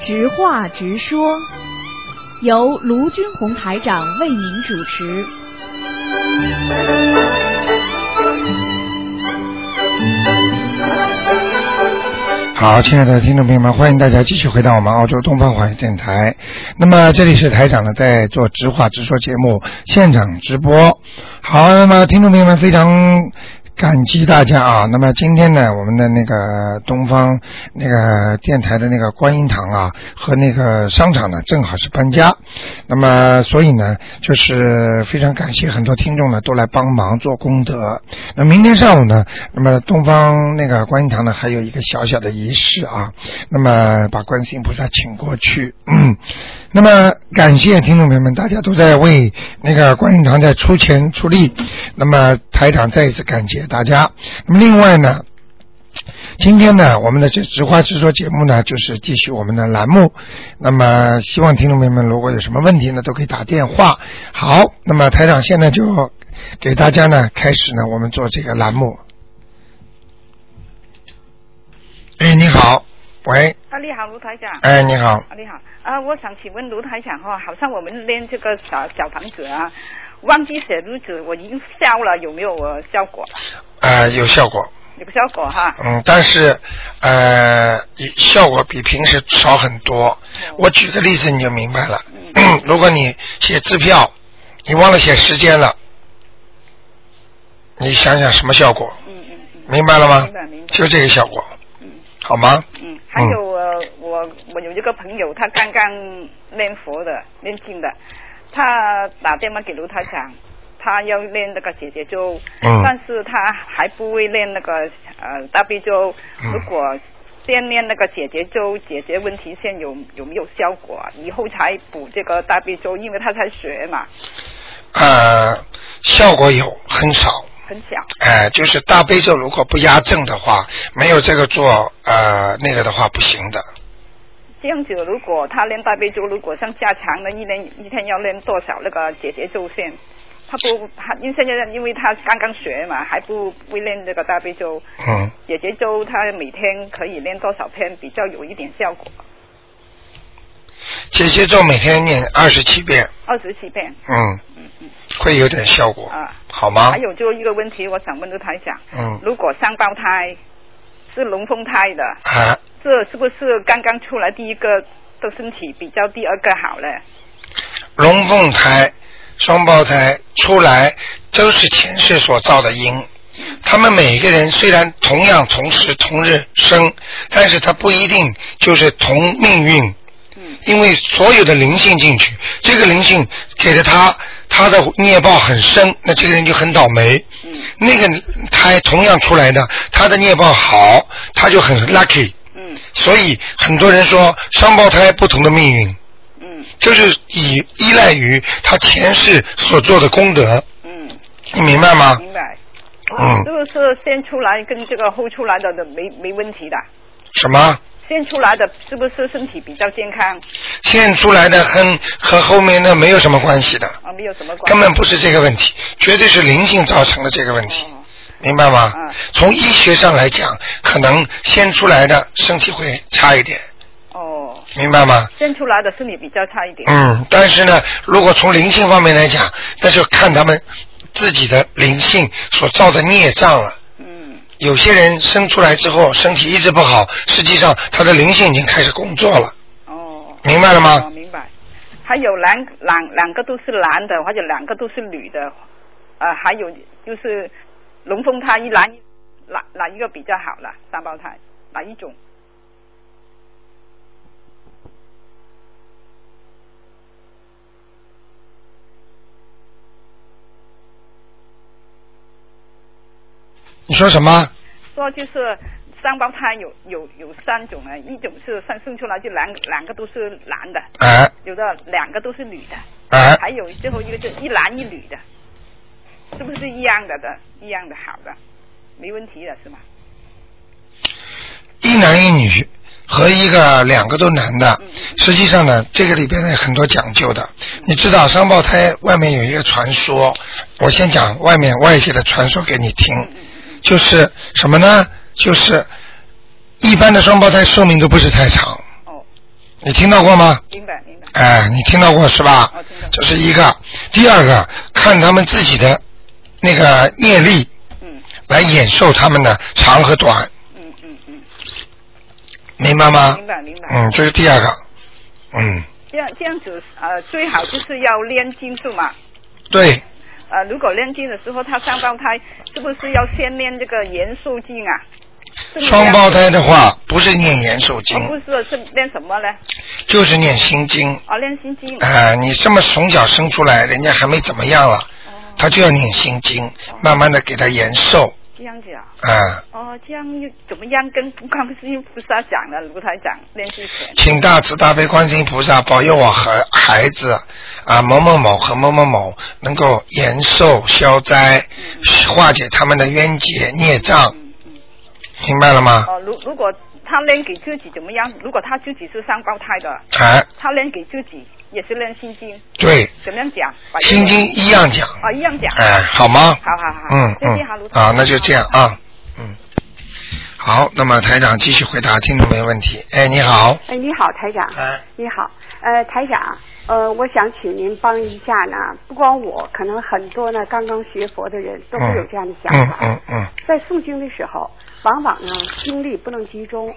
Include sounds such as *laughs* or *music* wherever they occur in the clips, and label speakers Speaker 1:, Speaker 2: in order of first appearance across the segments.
Speaker 1: 直话直说，由卢军红台长为您主持。
Speaker 2: 好，亲爱的听众朋友们，欢迎大家继续回到我们澳洲东方华语电台。那么这里是台长呢，在做直话直说节目现场直播。好，那么听众朋友们非常感激大家啊。那么今天呢，我们的那个东方那个电台的那个观音堂啊，和那个商场呢，正好是搬家。那么所以呢，就是非常感谢很多听众呢都来帮忙做功德。那明天上午呢，那么东方那个观音堂呢，还有一个小小的仪式啊。那么把观世音菩萨请过去。嗯那么感谢听众朋友们，大家都在为那个观音堂在出钱出力。那么台长再一次感谢大家。那么另外呢，今天呢，我们的这直话直说节目呢，就是继续我们的栏目。那么，希望听众朋友们如果有什么问题呢，都可以打电话。好，那么台长现在就给大家呢开始呢，我们做这个栏目。哎，你好，喂，
Speaker 3: 啊，你好，卢台长。
Speaker 2: 哎，你好，
Speaker 3: 啊，你好，啊，我想请问卢台长哈、好像我们练这个小小房子啊，忘记写日子，我已经消了，有没有呃效果？
Speaker 2: 啊、有效果，
Speaker 3: 有效果哈。
Speaker 2: 嗯，但是呃，效果比平时少很多。我举个例子你就明白了。 *clears throat* 如果你写支票，你忘了写时间了，你想想什么效果？
Speaker 3: 嗯嗯嗯，
Speaker 2: 明白了吗
Speaker 3: 明白明？白
Speaker 2: 就这个效果，好吗？
Speaker 3: 嗯，还有呃，我我有一个朋友，他刚刚念佛的，念经的，他打电话给卢台长，他要念那个姐姐咒，
Speaker 2: 嗯
Speaker 3: 但是他还不会念那个呃大悲咒。
Speaker 2: 嗯
Speaker 3: 如果先念那个姐姐咒，解决问题先有有没有效果啊？以后才补这个大悲咒，因为他才学嘛，
Speaker 2: 呃，效果有很少，
Speaker 3: 很小。
Speaker 2: 哎、就是大悲咒如果不压正的话，没有这个做呃那个的话不行的。
Speaker 3: 这样子，如果他练大悲咒，如果像加强的，一年一天要练多少那个姐姐咒先？他不，他因为现在因为他刚刚学嘛，还不会练这个大悲咒。
Speaker 2: 嗯，
Speaker 3: 姐姐咒他每天可以练多少篇比较有一点效果？
Speaker 2: 姐姐咒每天念二十七遍，
Speaker 3: 二十七篇。
Speaker 2: 嗯
Speaker 3: 嗯，
Speaker 2: 会有点效果，
Speaker 3: 啊
Speaker 2: 好吗
Speaker 3: 还？有最后一个问题，我想问卢台长，
Speaker 2: 嗯，
Speaker 3: 如果双胞胎是龙凤胎的，
Speaker 2: 啊，
Speaker 3: 这是不是刚刚出来第一个的身体比较第二个好嘞？
Speaker 2: 龙凤胎、双胞胎出来都是前世所造的因。他们每个人虽然同样同时同日生，但是他不一定就是同命运，
Speaker 3: 嗯
Speaker 2: 因为所有的灵性进去，这个灵性给了他他的孽报很深，那这个人就很倒霉。
Speaker 3: 嗯
Speaker 2: 那个胎同样出来的，他的孽报好，他就很 lucky。
Speaker 3: 嗯
Speaker 2: 所以很多人说双胞胎不同的命运，
Speaker 3: 嗯
Speaker 2: 就是以依赖于他前世所做的功德，
Speaker 3: 嗯，
Speaker 2: 你明白吗？
Speaker 3: 明白。
Speaker 2: 嗯
Speaker 3: 这个是先出来跟这个后出来的的没没问题的，
Speaker 2: 什么？
Speaker 3: 先出来的是不是身体比较健康
Speaker 2: 现出来的和和后面的没有什么关系的，
Speaker 3: 啊？没有什么关系。
Speaker 2: 根本不是这个问题，绝对是灵性造成的这个问题，
Speaker 3: 哦
Speaker 2: 明白吗
Speaker 3: 嗯？
Speaker 2: 从医学上来讲，可能先出来的身体会差一点，
Speaker 3: 哦，
Speaker 2: 明白吗？
Speaker 3: 先出来的身体比较差一点。
Speaker 2: 嗯，但是呢，如果从灵性方面来讲，那就看他们自己的灵性所造的孽障了。
Speaker 3: 嗯
Speaker 2: 有些人生出来之后身体一直不好，实际上他的灵性已经开始工作了，
Speaker 3: 哦。
Speaker 2: 明白了
Speaker 3: 哦，
Speaker 2: 吗？
Speaker 3: 明白。还有两两两个都是男的，或者两个都是女的，呃，还有就是龙凤胎一男一哪哪一个比较好了？三胞胎哪一种？
Speaker 2: 你说什么？
Speaker 3: 说就是双胞胎有有有三种啊，一种是生生出来就两两个都是男的，
Speaker 2: 哎
Speaker 3: 有的两个都是女的，
Speaker 2: 哎，
Speaker 3: 还有最后一个就是一男一女的，是不是一样的的？一样的好的，没问题的是吗？
Speaker 2: 一男一女和一个两个都男的
Speaker 3: 嗯，
Speaker 2: 实际上呢，这个里边呢有很多讲究的。你知道双胞胎外面有一个传说，我先讲外面外界的传说给你听。
Speaker 3: 嗯嗯嗯
Speaker 2: 就是什么呢？就是一般的双胞胎寿命都不是太长，
Speaker 3: 嗯，哦，
Speaker 2: 你听到过吗？
Speaker 3: 明白明白。
Speaker 2: 哎，你听到过是吧？
Speaker 3: 哦听到过
Speaker 2: 这是一个，第二个看他们自己的那个业力
Speaker 3: 嗯
Speaker 2: 来演受他们的长和短，
Speaker 3: 嗯嗯嗯，
Speaker 2: 明白吗？
Speaker 3: 明白明白。
Speaker 2: 嗯，这是第二个。嗯，
Speaker 3: 这样这样子呃，最好就是要练经术嘛。
Speaker 2: 对，
Speaker 3: 呃，如果练经的时候，他双胞胎是不是要先练这个元素经啊？是不是
Speaker 2: 双胞
Speaker 3: 要
Speaker 2: 胎的话不是念延寿
Speaker 3: 嗯哦不
Speaker 2: 经，
Speaker 3: 是是练什么呢？
Speaker 2: 就是念心经。
Speaker 3: 哦，练心经。
Speaker 2: 啊，你这么从小生出来，人家还没怎么样了，
Speaker 3: 哦，
Speaker 2: 他就要念心经，慢慢的给他延寿
Speaker 3: 这样子啊。
Speaker 2: 啊，
Speaker 3: 哦，这样又怎么样跟观世音菩萨讲呢？卢台长练习前。
Speaker 2: 请大慈大悲观世音菩萨保佑我和孩子啊某某某和某某某能够延寿消灾，化解他们的冤结孽障，
Speaker 3: 嗯嗯。
Speaker 2: 明白了吗？
Speaker 3: 哦，如如果他练给自己怎么样？如果他自己是双胞胎的，
Speaker 2: 啊，
Speaker 3: 他练给自己也是练心经，
Speaker 2: 对，
Speaker 3: 怎么样讲？把这个
Speaker 2: 心经一样讲，
Speaker 3: 哦，一样讲。
Speaker 2: 哎、好吗？
Speaker 3: 好好好。
Speaker 2: 嗯
Speaker 3: 啊谢谢哈卢
Speaker 2: 嗯，
Speaker 3: 台长
Speaker 2: 啊，那就这样。啊，嗯，好，那么台长继续回答听众朋友问题。哎，你好，
Speaker 4: 哎，你好，台长。
Speaker 2: 哎，
Speaker 4: 你好，呃，台长，呃，我想请您帮一下呢，不光我，可能很多呢刚刚学佛的人都会有这样的想
Speaker 2: 嗯
Speaker 4: 法。
Speaker 2: 嗯嗯，
Speaker 4: 在诵经的时候，往往呢精力不能集中，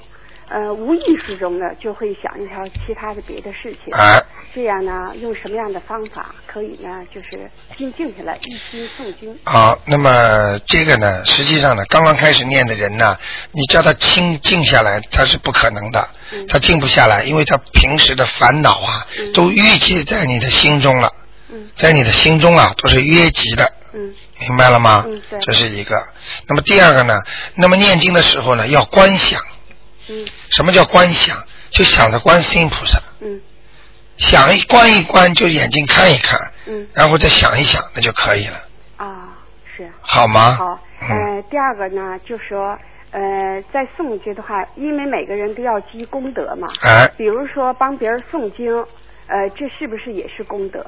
Speaker 4: 呃，无意识中呢就会想一条其他的别的事情。
Speaker 2: 哎，
Speaker 4: 这样呢，用什么样的方法可以呢？就是心静下来，一心诵经。
Speaker 2: 好，那么这个呢，实际上呢，刚刚开始念的人呢，你叫他清静下来，他是不可能的，
Speaker 4: 嗯
Speaker 2: 他静不下来，因为他平时的烦恼啊，
Speaker 4: 嗯
Speaker 2: 都郁结在你的心中了，
Speaker 4: 嗯
Speaker 2: 在你的心中啊，都是约集的。
Speaker 4: 嗯
Speaker 2: 明白了吗？
Speaker 4: 嗯对
Speaker 2: 这是一个。那么第二个呢？那么念经的时候呢，要观想。
Speaker 4: 嗯
Speaker 2: 什么叫观想？就想着观世音菩萨，
Speaker 4: 嗯
Speaker 2: 想一观一观，就眼睛看一看，
Speaker 4: 嗯
Speaker 2: 然后再想一想，那就可以了，
Speaker 4: 啊，是。
Speaker 2: 好吗？
Speaker 4: 好，
Speaker 2: 嗯，
Speaker 4: 呃，第二个呢，就说，呃，在诵经的话，因为每个人都要积功德嘛，
Speaker 2: 哎，
Speaker 4: 比如说帮别人诵经，呃，这是不是也是功德？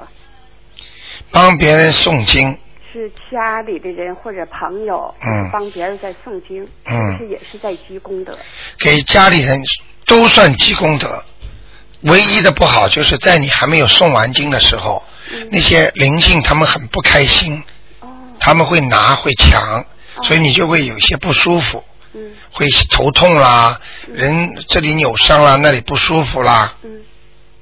Speaker 2: 帮别人诵经，
Speaker 4: 是家里的人或者朋友，
Speaker 2: 嗯
Speaker 4: 帮别人在诵经，
Speaker 2: 嗯
Speaker 4: 是不是也是在积功德？
Speaker 2: 给家里人都算积功德。唯一的不好就是在你还没有诵完经的时候，
Speaker 4: 嗯
Speaker 2: 那些灵性他们很不开心，
Speaker 4: 哦，
Speaker 2: 他们会拿会抢，
Speaker 4: 哦
Speaker 2: 所以你就会有一些不舒服。
Speaker 4: 嗯
Speaker 2: 会头痛啦，人这里扭伤啦，那里不舒服啦，
Speaker 4: 嗯，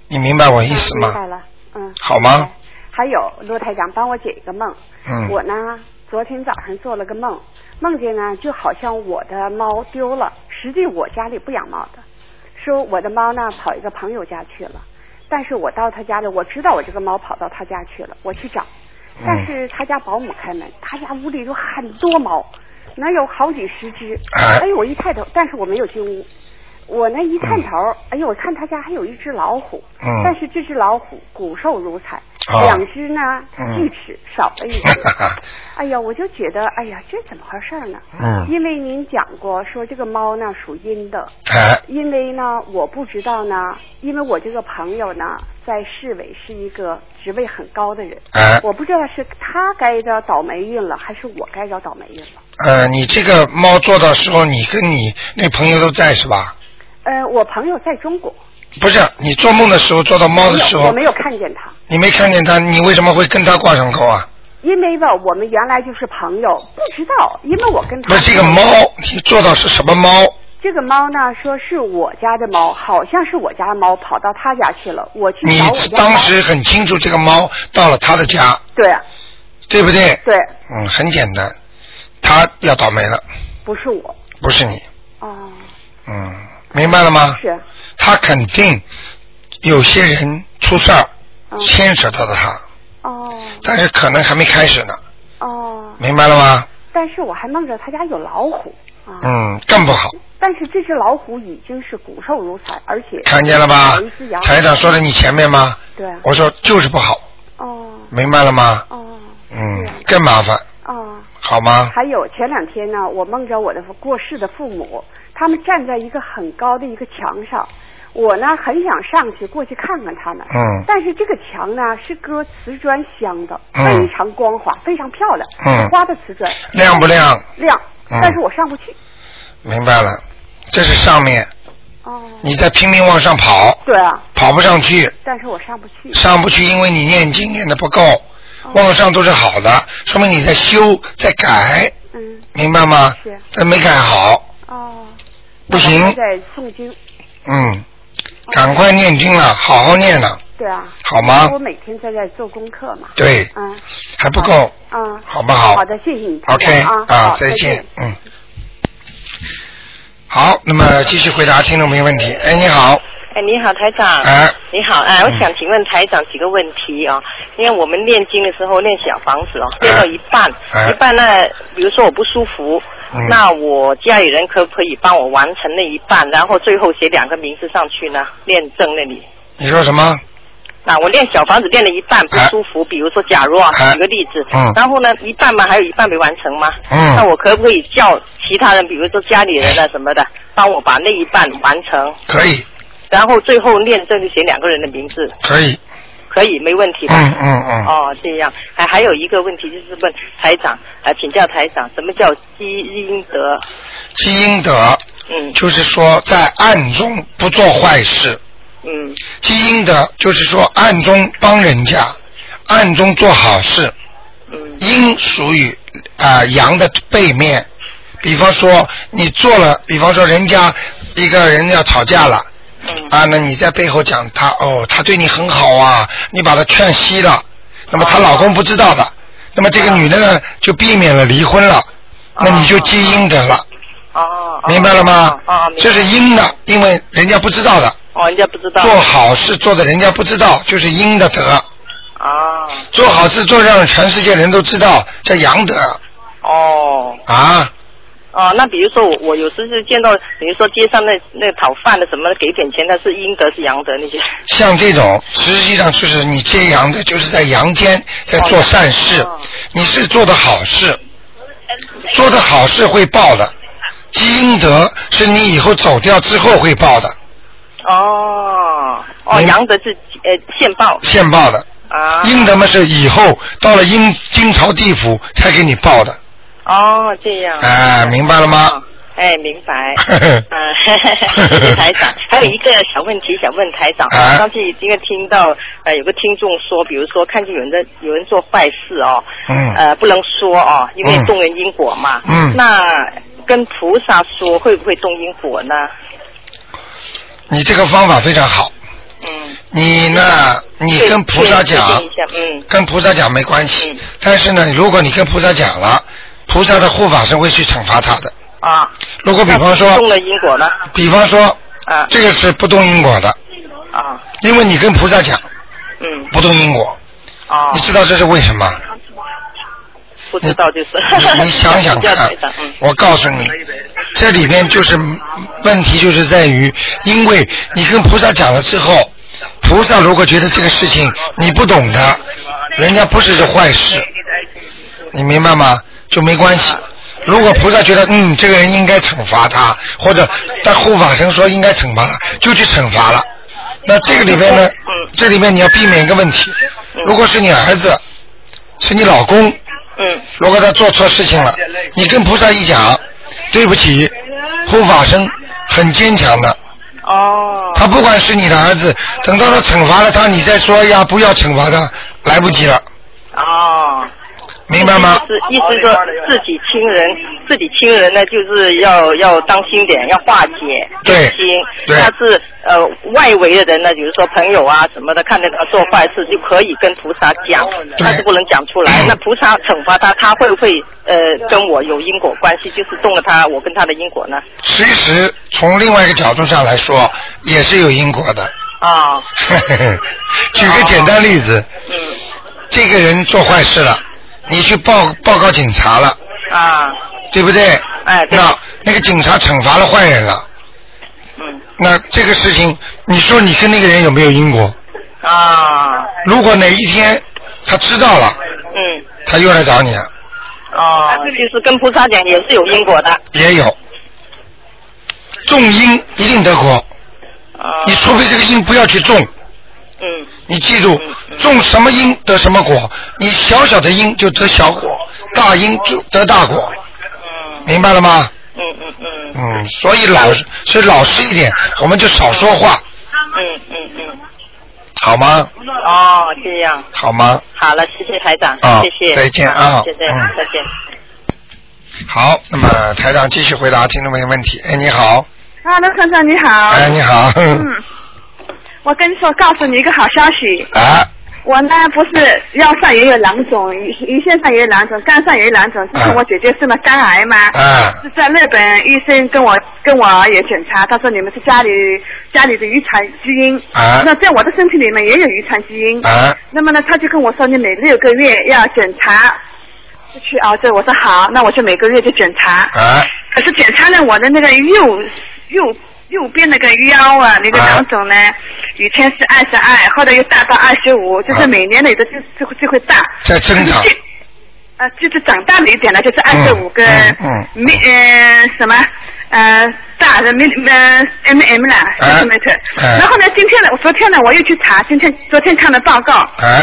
Speaker 2: 你明白我意思
Speaker 4: 啊明
Speaker 2: 吗
Speaker 4: 白？了，嗯，
Speaker 2: 好吗
Speaker 4: 明白？还有罗台长帮我解一个梦，
Speaker 2: 嗯
Speaker 4: 我呢昨天早上做了个梦，梦见呢就好像我的猫丢了，实际我家里不养猫的，说我的猫呢跑一个朋友家去了，但是我到他家里，我知道我这个猫跑到他家去了，我去找，
Speaker 2: 嗯
Speaker 4: 但是他家保姆开门，他家屋里有很多猫，能有好几十只，
Speaker 2: 哎
Speaker 4: 哎，我一抬头，但是我没有进屋。我呢一探头，哎呦，我看他家还有一只老虎，
Speaker 2: 嗯
Speaker 4: 但是这只老虎骨瘦如柴，
Speaker 2: 啊
Speaker 4: 两只呢
Speaker 2: 嗯
Speaker 4: 锯齿少了一
Speaker 2: *laughs*
Speaker 4: 只。哎呀，我就觉得，哎呀，这怎么回事儿呢？
Speaker 2: 嗯
Speaker 4: 因为您讲过说这个猫呢属阴的，
Speaker 2: 哎，
Speaker 4: 因为呢我不知道呢，因为我这个朋友呢在市委是一个职位很高的人，
Speaker 2: 哎
Speaker 4: 我不知道是他该着倒霉运了，还是我该着倒霉运了。
Speaker 2: 呃，你这个猫做到时候，你跟你那朋友都在是吧？
Speaker 4: 呃，我朋友在中国，
Speaker 2: 不是，你做梦的时候做到猫的时
Speaker 4: 没有我
Speaker 2: 候，
Speaker 4: 没有看见他。
Speaker 2: 你没看见它，你为什么会跟它挂上钩啊？
Speaker 4: 因为吧，我们原来就是朋友，不知道，因为我跟他
Speaker 2: 不是这个猫，你做到是什么猫？
Speaker 4: 这个猫呢，说是我家的猫，好像是我家的猫跑到他家去了，我去
Speaker 2: 你
Speaker 4: 找我家的猫
Speaker 2: 当时很清楚这个猫到了他的家，
Speaker 4: 对
Speaker 2: 对不对？
Speaker 4: 对，
Speaker 2: 嗯，很简单，它要倒霉了，
Speaker 4: 不是我
Speaker 2: 不是你。
Speaker 4: 哦，
Speaker 2: 嗯，明白了吗？
Speaker 4: 是
Speaker 2: 他肯定有些人出事儿，
Speaker 4: 嗯
Speaker 2: 牵扯到了他，
Speaker 4: 哦
Speaker 2: 但是可能还没开始呢，
Speaker 4: 哦，
Speaker 2: 明白了吗？
Speaker 4: 但是我还梦着他家有老虎啊，
Speaker 2: 嗯，更不好，
Speaker 4: 但是这只老虎已经是骨瘦如柴，而且
Speaker 2: 看见了吧
Speaker 4: 有一只？羊
Speaker 2: 台长说在你前面吗？
Speaker 4: 对
Speaker 2: 我说就是不好，
Speaker 4: 哦
Speaker 2: 明白了吗？
Speaker 4: 哦是啊
Speaker 2: 嗯，更麻烦，
Speaker 4: 哦。
Speaker 2: 好吗？
Speaker 4: 还有前两天呢，我梦着我的过世的父母，他们站在一个很高的一个墙上，我呢很想上去过去看看他们。
Speaker 2: 嗯
Speaker 4: 但是这个墙呢是搁瓷砖镶的，
Speaker 2: 嗯
Speaker 4: 非常光滑，非常漂亮，
Speaker 2: 嗯
Speaker 4: 是花的瓷砖，
Speaker 2: 亮不亮？
Speaker 4: 亮。
Speaker 2: 嗯
Speaker 4: 但是我上不去。
Speaker 2: 明白了，这是上面，
Speaker 5: 哦，
Speaker 2: 你在拼命往上跑，
Speaker 5: 对啊，
Speaker 2: 跑不上去，
Speaker 5: 但是我上不去。
Speaker 2: 上不去，因为你念经念的不够，
Speaker 4: 哦
Speaker 2: 往上都是好的，说明你在修在改，
Speaker 5: 嗯，
Speaker 2: 明白吗
Speaker 5: 是？
Speaker 2: 但没改好，
Speaker 5: 哦，
Speaker 2: 不行，
Speaker 5: 在诵经，
Speaker 2: 嗯，赶快念经了，好好念了，
Speaker 5: 对啊，
Speaker 2: 好吗
Speaker 5: 我？每天在在做功课嘛，
Speaker 2: 对，
Speaker 5: 嗯
Speaker 2: 还不够，
Speaker 4: 啊
Speaker 5: 嗯，
Speaker 2: 好不好？
Speaker 5: 好的，谢谢你，台
Speaker 2: OK
Speaker 5: 长啊，
Speaker 2: 啊
Speaker 5: 好，
Speaker 2: 再
Speaker 5: 再见
Speaker 2: 见，嗯。好，那么继续回答听众朋友问
Speaker 5: 嗯
Speaker 2: 题。哎，你好，
Speaker 6: 哎，你好，台
Speaker 5: 啊
Speaker 6: 长。
Speaker 2: 哎，
Speaker 6: 你好，哎，
Speaker 2: 嗯
Speaker 6: 我想请问台长几个问题啊、因为我们念经的时候念小房子哦，
Speaker 2: 哎
Speaker 6: 念到一半，
Speaker 2: 哎
Speaker 6: 一半呢，比如说我不舒服，
Speaker 2: 嗯
Speaker 6: 那我家里人可不可以帮我完成那一半，然后最后写两个名字上去呢？念证那里。
Speaker 2: 你说什么？
Speaker 6: 那我练小房子练了一半不
Speaker 2: 哎
Speaker 6: 舒服，比如说假如啊
Speaker 2: 哎，
Speaker 6: 举个例子，
Speaker 2: 嗯
Speaker 6: 然后呢一半嘛还有一半没完成嘛，
Speaker 2: 嗯
Speaker 6: 那我可不可以叫其他人，比如说家里人啊什么的，帮我把那一半完成？
Speaker 2: 可以，
Speaker 6: 然后最后念证就写两个人的名字，
Speaker 2: 可以，
Speaker 6: 可以没问题吧？
Speaker 2: 嗯嗯嗯，
Speaker 6: 哦，这样，还还有一个问题就是问台长，啊，请教台长，什么叫积阴德？
Speaker 2: 积阴德
Speaker 6: 嗯
Speaker 2: 就是说在暗中不做坏事，
Speaker 6: 嗯
Speaker 2: 积阴德就是说暗中帮人家，暗中做好事。
Speaker 6: 嗯
Speaker 2: 阴属于啊、阳的背面，比方说你做了，比方说人家一个人要吵架了。
Speaker 6: 嗯
Speaker 2: 啊，那你在背后讲她哦，她对你很好啊，你把她劝熄了，那么她老公不知道的，那么这个女的呢就避免了离婚了，那你就积阴德了，
Speaker 6: 哦，哦
Speaker 2: 明白了吗
Speaker 6: 哦哦，？明白
Speaker 2: 这是阴的，因为人家不知道的，
Speaker 6: 哦，人家不知道
Speaker 2: 做好事做的人家不知道，就是阴的德，
Speaker 6: 啊，
Speaker 2: 做好事做让全世界人都知道叫阳德
Speaker 6: 哦。
Speaker 2: 啊，
Speaker 6: 哦，那比如说我我有时是见到，比如说街上那那讨饭的什么给点钱，那是阴德是阳德那些。
Speaker 2: 像这种实际上就是你接阳的，就是在阳间在做善事
Speaker 6: 哦，
Speaker 2: 你是做的好事，做的好事会报的，积阴德是你以后走掉之后会报的，
Speaker 6: 哦哦，
Speaker 2: 明
Speaker 6: 阳德是呃现报
Speaker 2: 现报的。
Speaker 6: 啊。
Speaker 2: 阴德嘛是以后到了阴阴曹地府才给你报的，
Speaker 6: 哦，这样。
Speaker 2: 哎，明白了吗
Speaker 6: 哦？哎，明
Speaker 2: *laughs*
Speaker 6: 白。啊，谢谢台长。还有一个小问题想问台长，
Speaker 2: 啊
Speaker 6: 上次因为听到呃有个听众说，比如说看见有人在有人做坏事哦，
Speaker 2: 嗯
Speaker 6: 呃不能说哦，因为
Speaker 2: 嗯
Speaker 6: 动人因果嘛。
Speaker 2: 嗯
Speaker 6: 那跟菩萨说会不会动因果呢？
Speaker 2: 你这个方法非常好，
Speaker 6: 嗯，
Speaker 2: 你呢，你跟菩萨
Speaker 6: 确
Speaker 2: 讲
Speaker 6: 定一，下，嗯
Speaker 2: 跟菩萨讲没关系，
Speaker 6: 嗯
Speaker 2: 但是呢，如果你跟菩萨讲了，菩萨的护法神会去惩罚他的。
Speaker 6: 啊。
Speaker 2: 如果比方
Speaker 6: 那
Speaker 2: 说，
Speaker 6: 动了因果呢？
Speaker 2: 比方说，
Speaker 6: 啊
Speaker 2: 这个是不动因果的，
Speaker 6: 啊
Speaker 2: 因为你跟菩萨讲
Speaker 6: 嗯
Speaker 2: 不动因果，
Speaker 6: 啊
Speaker 2: 你，知道这是为
Speaker 6: *laughs*
Speaker 2: 什么？
Speaker 6: 不知道就是。
Speaker 2: 你你想想
Speaker 6: *laughs* 叫
Speaker 2: 看
Speaker 6: 台长，嗯，
Speaker 2: 我告诉你，这里面就是问题，就是在于，因为你跟菩萨讲了之后，菩萨如果觉得这个事情你不懂的，人家不是是坏事，你明白吗？就没关系。如果菩萨觉得嗯这个人应该惩罚他，或者但护法神说应该惩罚他，就去惩罚了。那这个里面呢，
Speaker 6: 嗯
Speaker 2: 这里面你要避免一个问题，
Speaker 6: 嗯
Speaker 2: 如果是你儿子，是你老公，
Speaker 6: 嗯
Speaker 2: 如果他做错事情了，你跟菩萨一讲，对不起，护法神很坚强的，
Speaker 6: 哦。
Speaker 2: 他不管是你的儿子，等到他惩罚了他，你再说呀，不要惩罚他，来不及了，
Speaker 6: 哦，
Speaker 2: 明白吗？
Speaker 6: 是意思说自己亲人，自己亲人呢，就是要要当心点，要化解
Speaker 2: 对
Speaker 6: 心。
Speaker 2: 对
Speaker 6: 但是呃，外围的人呢，比如说朋友啊什么的，看见他做坏事就可以跟菩萨讲，但是不能讲出
Speaker 2: 嗯
Speaker 6: 来。那菩萨惩罚他，他会不会呃跟我有因果关系，就是动了他我跟他的因果呢？
Speaker 2: 其实从另外一个角度上来说，也是有因果的。 *laughs*
Speaker 6: 啊、
Speaker 2: 举个简单例子，
Speaker 6: 嗯
Speaker 2: 这个人做坏事了，你去报报告警察了，
Speaker 6: 啊，
Speaker 2: 对不对？
Speaker 6: 哎对
Speaker 2: 那那个警察惩罚了坏人了。
Speaker 6: 嗯
Speaker 2: 那这个事情，你说你跟那个人有没有因果？
Speaker 6: 啊，
Speaker 2: 如果哪一天他知道了，
Speaker 6: 嗯
Speaker 2: 他又来找你了，
Speaker 6: 哦，就是跟菩萨讲也是有因果的。
Speaker 2: 也有。种因一定得果，
Speaker 6: 啊，
Speaker 2: 你除非这个因不要去种，
Speaker 6: 嗯。
Speaker 2: 你记住
Speaker 6: 嗯，嗯
Speaker 2: 种什么因得什么果，你小小的因就得小果，大因就得大果，
Speaker 6: 嗯
Speaker 2: 明白了吗？
Speaker 6: 嗯嗯嗯，
Speaker 2: 嗯，所以老实，所以老实一点，我们就少说话，
Speaker 6: 嗯嗯嗯，
Speaker 2: 好吗？
Speaker 6: 哦，这样，
Speaker 2: 好吗？
Speaker 6: 好了，谢谢台长，
Speaker 2: 啊
Speaker 6: 谢谢，
Speaker 2: 再见啊
Speaker 6: 谢谢，
Speaker 2: 嗯
Speaker 6: 再见。
Speaker 2: 好，那么台长继续回答听众朋友问题。哎，你好，
Speaker 4: 啊，罗先生你好。
Speaker 2: 哎，你好，
Speaker 4: 嗯，我跟你说，告诉你一个好消息，
Speaker 2: 啊，
Speaker 4: 我呢不是腰上也有囊肿，胰腺上也有囊肿，肝上也有囊肿，自从我姐姐生了肝癌嘛，
Speaker 2: 啊，
Speaker 4: 是在日本医生跟我跟我也检查，他说你们是家里家里的遗传基因，
Speaker 2: 啊
Speaker 4: 那在我的身体里面也有遗传基因，
Speaker 2: 啊，
Speaker 4: 那么呢他就跟我说你每六个月要检查，就去熬这，我说好，那我就每个月就检查，
Speaker 2: 啊，
Speaker 4: 可是检查了我的那个右右右边那个腰啊，那个
Speaker 2: 啊
Speaker 4: 囊肿呢，以前是二十二，后来又大到二十五，就
Speaker 2: 啊
Speaker 4: 是每年的有的就就会就会大。
Speaker 2: 在增长
Speaker 4: 可是这。呃，就是长大了一点了，就是二十五个
Speaker 2: 嗯嗯嗯
Speaker 4: 米，呃，什么，呃，大的米，呃，mm 啦
Speaker 2: 啊
Speaker 4: ，centimeter。
Speaker 2: 哎
Speaker 4: 然后呢，今天呢，我昨天呢，我又去查，今天昨天看了报告，
Speaker 2: 哎，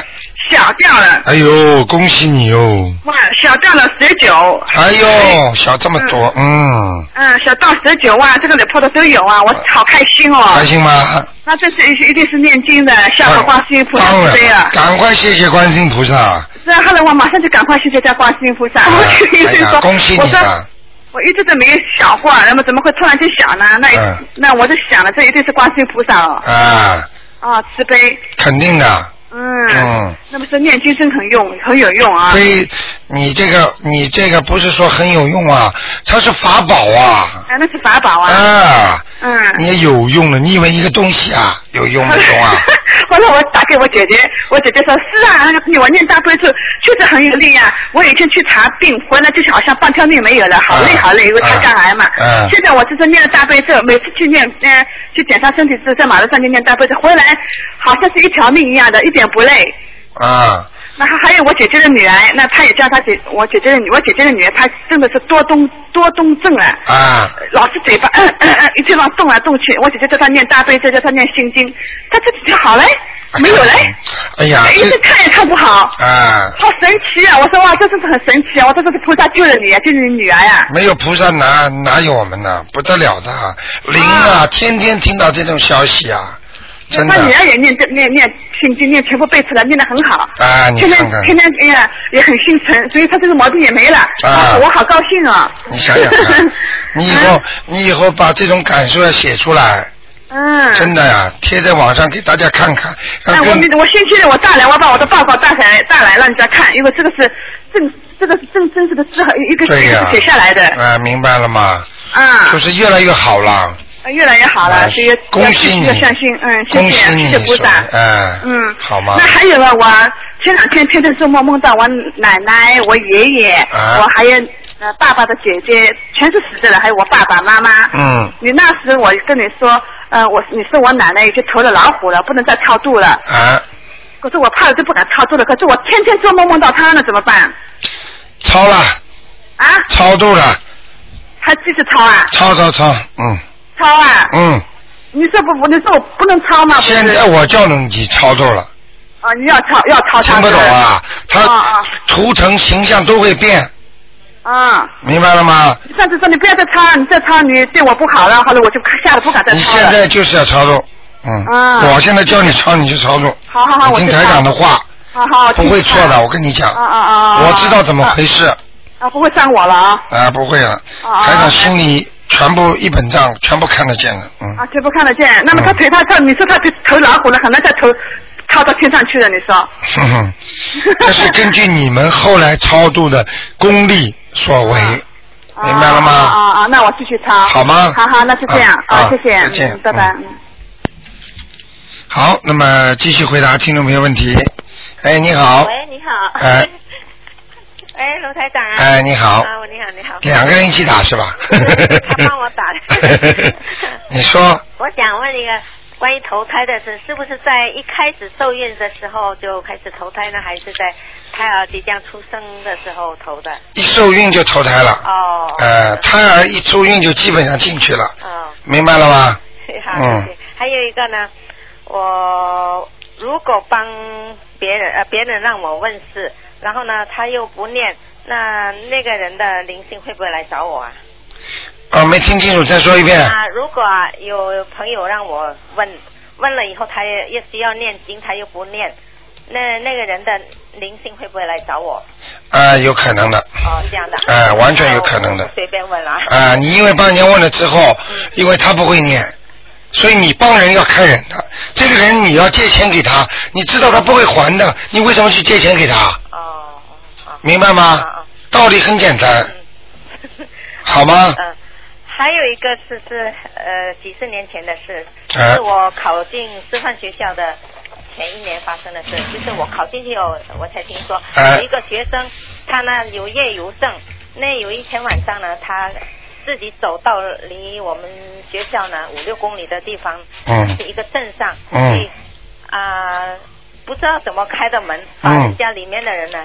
Speaker 4: 小掉了，
Speaker 2: 哎呦，恭喜你哦！
Speaker 4: 哇，小掉了十九。
Speaker 2: 哎呦，小这么多，嗯，
Speaker 4: 嗯，小到十九啊，这个 report 都有啊，我好开心哦。
Speaker 2: 开心吗？
Speaker 4: 那这是一定是念经的，下了观世音菩萨
Speaker 2: 当
Speaker 4: 慈悲
Speaker 2: 然哦
Speaker 4: 啊，！
Speaker 2: 赶快谢谢观世音菩萨，
Speaker 4: 然后呢，我马上就赶快去接家观世音菩萨。啊我就一
Speaker 2: 哎
Speaker 4: 直
Speaker 2: 呀，
Speaker 4: 说，
Speaker 2: 恭喜
Speaker 4: 我
Speaker 2: 你
Speaker 4: 说
Speaker 2: 啊！
Speaker 4: 我一直都没有想过，那么怎么会突然间想呢？那、
Speaker 2: 嗯
Speaker 4: 那我就想了，这一定是观世音菩萨哦，
Speaker 2: 啊，
Speaker 4: 啊慈悲，
Speaker 2: 肯定的，
Speaker 4: 嗯，
Speaker 2: 嗯，
Speaker 4: 那么说念经真很用，很有用啊
Speaker 2: 所。以你这个你这个不是说很有用啊，它是法宝啊，
Speaker 4: 啊，那是法宝啊，
Speaker 2: 啊，
Speaker 4: 嗯。
Speaker 2: 你也有用了，你以为一个东西啊有用没用啊？
Speaker 4: 后来 *laughs* 我打给我姐姐，我姐姐说是啊，那个我念大悲咒确实很有力啊。我以前去查病，回来就是好像半条命没有了，好累好累，因为他肝癌嘛。
Speaker 2: 嗯嗯嗯
Speaker 4: 现在我就是念了大悲咒，每次去念，呃，去检查身体时在马路上就念大悲咒，回来好像是一条命一样的，一点不累。
Speaker 2: 啊，
Speaker 4: 那还还有我姐姐的女儿，那她也叫她姐，我姐姐的女，我姐姐的女儿，她真的是多动多动症啊。
Speaker 2: 啊，
Speaker 4: 老是嘴巴嗯嗯嗯一地方动来动去，我姐姐叫她念大悲咒，叫她念心经，她自己就好嘞，没有嘞，
Speaker 2: 哎呀，
Speaker 4: 一直
Speaker 2: 这
Speaker 4: 看也看不好，
Speaker 2: 啊，
Speaker 4: 好神奇啊！我说哇，这真是很神奇啊！我说这是菩萨救了你啊，救了你女儿呀、
Speaker 2: 没有菩萨哪哪有我们呢？不得了的，灵啊，天天听到这种消息啊，真
Speaker 4: 她女
Speaker 2: 的
Speaker 4: 儿也念这念念心经，念全部背出来，念得很好。
Speaker 2: 啊，你
Speaker 4: 天天
Speaker 2: 看看，
Speaker 4: 天天哎呀也很心诚，所以她这个毛病也没了，
Speaker 2: 啊
Speaker 4: 我好高兴啊！
Speaker 2: 你想想
Speaker 4: *laughs*
Speaker 2: 看，你以后你以后把这种感受要写出来，
Speaker 4: 嗯，
Speaker 2: 真的呀，贴在网上给大家看看，
Speaker 4: 哎，
Speaker 2: 让
Speaker 4: 我
Speaker 2: 更
Speaker 4: 明我星期六我大来，我把我的报告带来带来让人家看，因为这个是正这个是正真实的字，一个
Speaker 2: 对
Speaker 4: 一
Speaker 2: 呀
Speaker 4: 个写下来的，
Speaker 2: 啊，明白了吗？就
Speaker 4: 嗯，
Speaker 2: 是越来越好了，
Speaker 4: 哎越来越好
Speaker 2: 啊
Speaker 4: 了，所以要
Speaker 2: 恭喜你
Speaker 4: 要相信，嗯，谢
Speaker 2: 恭喜
Speaker 4: 谢
Speaker 2: 你，
Speaker 4: 谢谢菩萨
Speaker 2: 说，哎，
Speaker 4: 嗯，
Speaker 2: 好吗
Speaker 4: 那？还有啊，我前两天天天做梦，梦到我奶奶、我爷爷，
Speaker 2: 啊
Speaker 4: 我还有呃爸爸的姐姐，全是死的人，还有我爸爸妈妈，
Speaker 2: 嗯，
Speaker 4: 你那时我跟你说，呃，我你是我奶奶已经投了老虎了，不能再超度了。
Speaker 2: 啊，
Speaker 4: 可是我怕了就不敢操作了，可是我天天做梦梦到他呢，怎么办？
Speaker 2: 超了，
Speaker 4: 啊，
Speaker 2: 超度了，
Speaker 4: 还继续抄啊，
Speaker 2: 超超超，嗯
Speaker 4: 抄啊！
Speaker 2: 嗯，
Speaker 4: 你说不不，你说我不能抄吗？不是
Speaker 2: 现在我叫你超度了，
Speaker 4: 哦，你要抄要抄
Speaker 2: 听
Speaker 4: 他
Speaker 2: 不懂？啊？
Speaker 4: 啊
Speaker 2: 他
Speaker 4: 啊
Speaker 2: 图腾形象都会变，
Speaker 4: 啊、
Speaker 2: 明白了吗？
Speaker 4: 你上次说你不要再抄，你再抄你对我不好了，后来我就吓得不敢再
Speaker 2: 你
Speaker 4: 抄
Speaker 2: 现
Speaker 4: 了。
Speaker 2: 在就是要超度，嗯，
Speaker 4: 啊
Speaker 2: 我现在叫你超你就超度，
Speaker 4: 好好好，我
Speaker 2: 你听
Speaker 4: 知道
Speaker 2: 台长的话，
Speaker 4: 好好，我
Speaker 2: 不会
Speaker 4: 知
Speaker 2: 错
Speaker 4: 道
Speaker 2: 的，我跟你讲，
Speaker 4: 啊啊啊！啊
Speaker 2: 我知道怎么回事。
Speaker 4: 啊，不会伤我了啊！
Speaker 2: 啊，不会了，
Speaker 4: 啊
Speaker 2: 台长心里全部一本账，全部看得见的，嗯，
Speaker 4: 啊，这不看得见。那么他
Speaker 2: 嗯
Speaker 4: 腿他他，你说他投投老虎了，很难再投抄到天上去了，你说？
Speaker 2: 哼哼，这是根据你们后来超度的功力所为，明白了吗？
Speaker 4: 啊啊啊！那我继续抄。
Speaker 2: 好吗
Speaker 4: 好好，那就这样
Speaker 2: 啊啊
Speaker 4: 谢谢，
Speaker 2: 再见
Speaker 4: 嗯拜拜。
Speaker 2: 嗯
Speaker 4: 嗯
Speaker 2: 好，那么继续回答听众朋友问题。哎，你好，
Speaker 7: 喂，你好。 *laughs*
Speaker 2: 哎。
Speaker 7: 喂，罗台长啊。
Speaker 2: 哎，你好，
Speaker 7: 啊，我你好，你好。
Speaker 2: 两个人一起打是吧？
Speaker 7: *laughs* 他帮我打的。
Speaker 2: *laughs* 你说
Speaker 7: 我想问一个关于投胎的事，是不是在一开始受孕的时候就开始投胎呢？还是在胎儿即将出生的时候投的？
Speaker 2: 一受孕就投胎了，
Speaker 7: 哦。 *laughs*
Speaker 2: 呃，嗯胎儿一出孕就基本上进去了，
Speaker 7: 哦，
Speaker 2: 明白了吗？
Speaker 7: 好，
Speaker 2: 嗯
Speaker 7: 谢谢。还有一个呢，我如果帮别人呃别人让我问事，然后呢他又不念，那那个人的灵性会不会来找我啊？
Speaker 2: 啊，没听清楚，再说一遍。
Speaker 7: 啊，如果有朋友让我问，问了以后他也也需要念经，他又不念，那那个人的灵性会不会来找我？
Speaker 2: 啊，有可能的。
Speaker 7: 哦，这样的。
Speaker 2: 啊，完全有可能的
Speaker 7: 那我。随便问了。
Speaker 2: 啊，你因为帮人家问了之后，因为他不会念，所以你帮人要看人的。这个人你要借钱给他，你知道他不会还的，你为什么去借钱给他？
Speaker 7: 哦，
Speaker 2: 明白
Speaker 7: 嗯
Speaker 2: 吗？道理很简单，
Speaker 7: 啊
Speaker 2: 好吗？
Speaker 7: 嗯，还有一个是是呃几十年前的事，
Speaker 2: 啊
Speaker 8: 哎
Speaker 7: 是我考进师范学校的前一年发生的事，就是我考进去以后我才听说、
Speaker 8: 啊
Speaker 7: 有一个学生他呢有夜游症，那有一天晚上呢他。自己走到离我们学校呢五六公里的地方，
Speaker 8: 嗯
Speaker 7: 是一个镇上，
Speaker 8: 嗯
Speaker 7: 去啊、不知道怎么开的门，把
Speaker 8: 嗯
Speaker 7: 人家里面的人呢，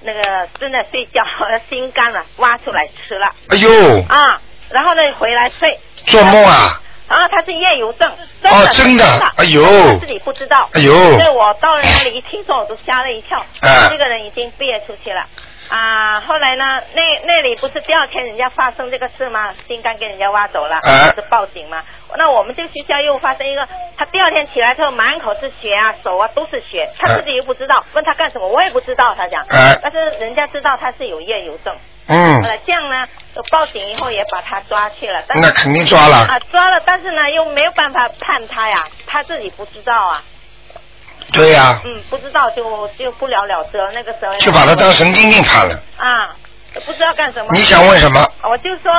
Speaker 7: 那个真的睡觉心肝了挖出来吃了。
Speaker 2: 哎呦
Speaker 7: 啊，然后呢回来睡。
Speaker 2: 做梦啊！
Speaker 7: 然后他是夜游症，真的、
Speaker 2: 哦真的哎呦
Speaker 7: 他自己不知道，
Speaker 2: 哎呦
Speaker 7: 所以我到了那里一听说，我都吓了一
Speaker 2: *laughs*
Speaker 7: 跳，
Speaker 2: 哎
Speaker 7: 这个人已经毕业出去了，啊，后来呢，那那里不是第二天人家发生这个事吗？心肝给人家挖走了，
Speaker 2: 啊
Speaker 8: 哎
Speaker 7: 不是报警吗？那我们这个学校又发生一个，他第二天起来之后满口是血啊，手啊都是血，他自己又不知道，问他干什么，我也不知道，他讲，
Speaker 2: 啊
Speaker 8: 哎
Speaker 7: 但是人家知道他是有夜游症，
Speaker 2: 嗯
Speaker 7: 呃，这样呢，报警以后也把他抓去了，但是
Speaker 2: 那肯定抓了
Speaker 7: 啊，抓了，但是呢又没有办法判他呀，他自己不知道啊。
Speaker 2: 对呀
Speaker 7: 嗯，不知道就就不了了之了，那个时候
Speaker 2: 就把他当神经病判了。
Speaker 7: 啊，不知道干什么。
Speaker 2: 你想问什么？
Speaker 7: 我就说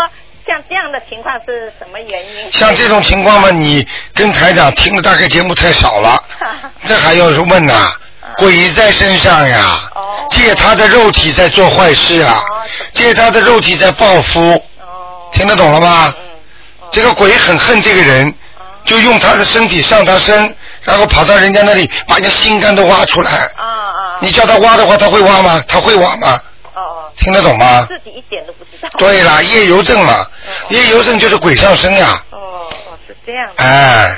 Speaker 7: 像这样的情况是什么原因？
Speaker 2: 像这种情况嘛，你跟台长听的大概节目太少了，这还要问呐、鬼在身上呀，借他的肉体在做坏事啊，借他的肉体在报复，
Speaker 7: 哦
Speaker 2: 听得懂了吗？
Speaker 7: 嗯
Speaker 2: 这个鬼很恨这个人，就用他的身体上他身，然后跑到人家那里把人家心肝都挖出来。
Speaker 7: 嗯啊
Speaker 2: 你叫他挖的话，他会挖吗？他会挖吗？听得懂吗？
Speaker 7: 哦自己一点都不知道。
Speaker 2: 对啦，夜游症嘛，夜游症就是鬼上身呀、
Speaker 7: 哦是这样的。哦
Speaker 2: 哎，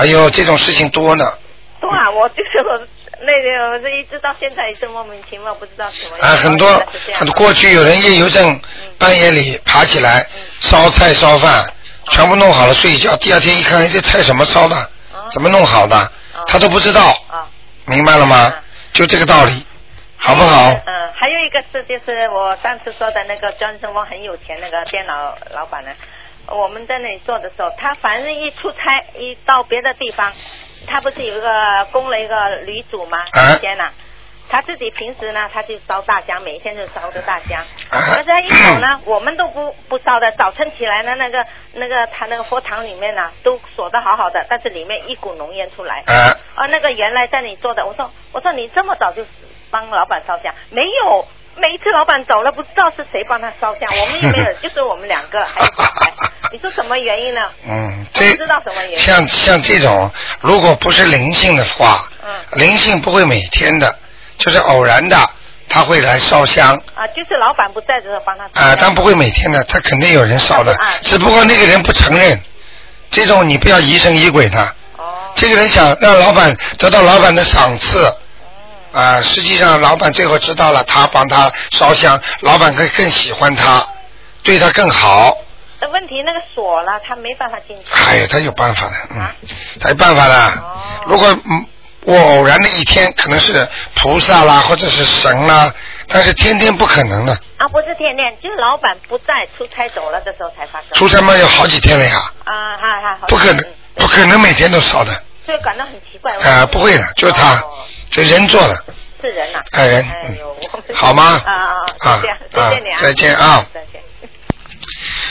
Speaker 2: 哎呦，这种事情多呢，*laughs*
Speaker 7: 对啊，我就是我。那个我这一直到现在也是莫名其妙，不知道什么原因。
Speaker 2: 啊，很多很多过去有人夜游症，半夜里爬起来烧菜烧饭，全部弄好了睡一觉，第二天一看哎这菜什么烧的，
Speaker 7: 啊
Speaker 2: 怎么弄好的，他都不知道，明白了吗？就这个道理，好不好？
Speaker 7: 嗯，还有一个是就是我上次说的那个 Johnson Wang 很有钱那个电脑老板呢，我们在那里做的时候，他反正一出差一到别的地方，他不是有一个供了一个旅主吗？
Speaker 8: 啊
Speaker 7: 以前呢、他自己平时呢，他就烧大香，每天就烧个大香。
Speaker 2: 啊
Speaker 7: 但是他一走呢， *clears throat* 我们都不不烧的。早晨起来呢，那个那个他那个佛堂里面呢、都锁得好好的，但是里面一股浓烟出来。
Speaker 2: 啊
Speaker 7: 啊，那个原来在你做的，我说我说你这么早就帮老板烧香，没有，每一次老板走了，不知道是谁帮他烧香，我们也没
Speaker 2: *laughs*
Speaker 7: 有，就是我们两个，还有小孩。你说什么原因呢？
Speaker 2: 嗯，
Speaker 7: 我
Speaker 2: 这
Speaker 7: 不知道什么原因。
Speaker 2: 像像这种，如果不是灵性的话，
Speaker 7: 嗯
Speaker 2: 灵性不会每天的，就是偶然的，他会来烧香。
Speaker 7: 啊，就是老板不在的时候帮他烧香。
Speaker 2: 啊，但不会每天的，他肯定有人烧的，只不过那个人不承认。这种你不要疑神疑鬼的。
Speaker 7: 哦
Speaker 2: 这个人想让老板得到老板的赏赐，
Speaker 7: 嗯
Speaker 2: 啊，实际上老板最后知道了，他帮他烧香，老板更更喜欢他，对他更好。
Speaker 7: 但问题那个锁了，他没办法进去。
Speaker 2: 哎呀，他有办法的，嗯，他有办法的。如果嗯我偶然的一天可能是菩萨啦，或者是神啦，但是天天不可能的。
Speaker 7: 啊，不是天天，就是老板不在，出差走了的时候才发生。
Speaker 2: 出差嘛有好几天了呀，
Speaker 7: 啊，哈哈，好
Speaker 2: 不可能，不可能每天都烧的。
Speaker 7: 所以感到很奇怪。哦
Speaker 2: 啊，不会的，就是他，这人做的，
Speaker 7: 是人呐、
Speaker 2: 哎人，嗯好吗？
Speaker 7: *laughs* 啊啊
Speaker 2: 啊
Speaker 7: 啊！这样，谢
Speaker 2: 啊
Speaker 7: 谢你啊，
Speaker 2: 再见啊
Speaker 7: 再见。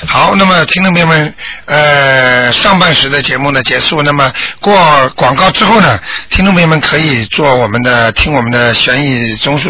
Speaker 2: 好，那么听众朋友们，呃，上半时的节目呢结束，那么过广告之后呢，听众朋友们可以做我们的听我们的悬疑综述节。